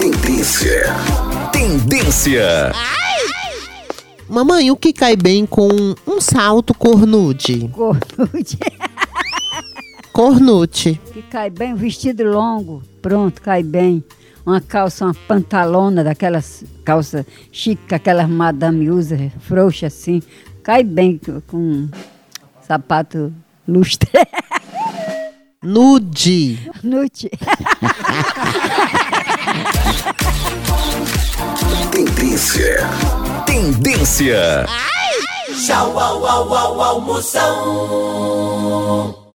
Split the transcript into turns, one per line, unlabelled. Tendência. Tendência.
Mamãe, o que cai bem com um salto cor nude?
Cornude.
Cor nude.
Que cai bem, um vestido longo. Pronto, cai bem. Uma calça, uma pantalona daquelas calça chique, que aquelas madame usa, frouxa assim. Cai bem co- com um sapato lustre.
Nude.
Nude.
Tendência. Tendência.
Tchau, au, au, au, almoção.